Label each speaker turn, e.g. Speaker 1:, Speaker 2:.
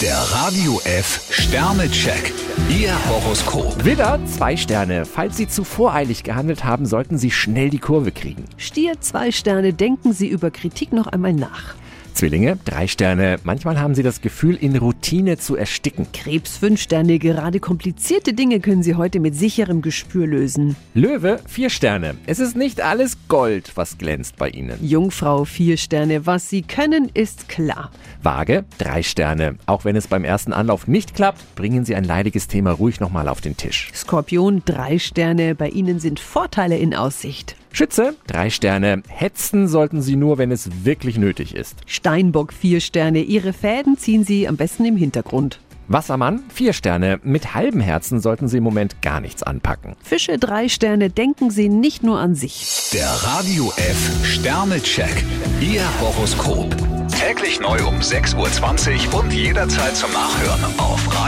Speaker 1: Der Radio F Sternecheck. Ihr Horoskop.
Speaker 2: Widder, zwei Sterne. Falls Sie zu voreilig gehandelt haben, sollten Sie schnell die Kurve kriegen.
Speaker 3: Stier, zwei Sterne, denken Sie über Kritik noch einmal nach.
Speaker 2: Zwillinge, drei Sterne. Manchmal haben Sie das Gefühl, in Routine zu ersticken.
Speaker 3: Krebs, fünf Sterne, gerade komplizierte Dinge können Sie heute mit sicherem Gespür lösen.
Speaker 2: Löwe, vier Sterne. Es ist nicht alles Gold, was glänzt bei Ihnen.
Speaker 3: Jungfrau, vier Sterne, was Sie können, ist klar.
Speaker 2: Waage, drei Sterne. Auch wenn es beim ersten Anlauf nicht klappt, bringen Sie ein leidiges Thema ruhig nochmal auf den Tisch.
Speaker 3: Skorpion, drei Sterne, bei Ihnen sind Vorteile in Aussicht.
Speaker 2: Schütze, drei Sterne. Hetzen sollten Sie nur, wenn es wirklich nötig ist.
Speaker 3: Steinbock, vier Sterne, Ihre Fäden ziehen Sie am besten im Hintergrund.
Speaker 2: Wassermann, vier Sterne. Mit halbem Herzen sollten Sie im Moment gar nichts anpacken.
Speaker 3: Fische, drei Sterne, denken Sie nicht nur an sich.
Speaker 1: Der Radio F Sternecheck. Ihr Horoskop. Täglich neu um 6.20 Uhr und jederzeit zum Nachhören auf E.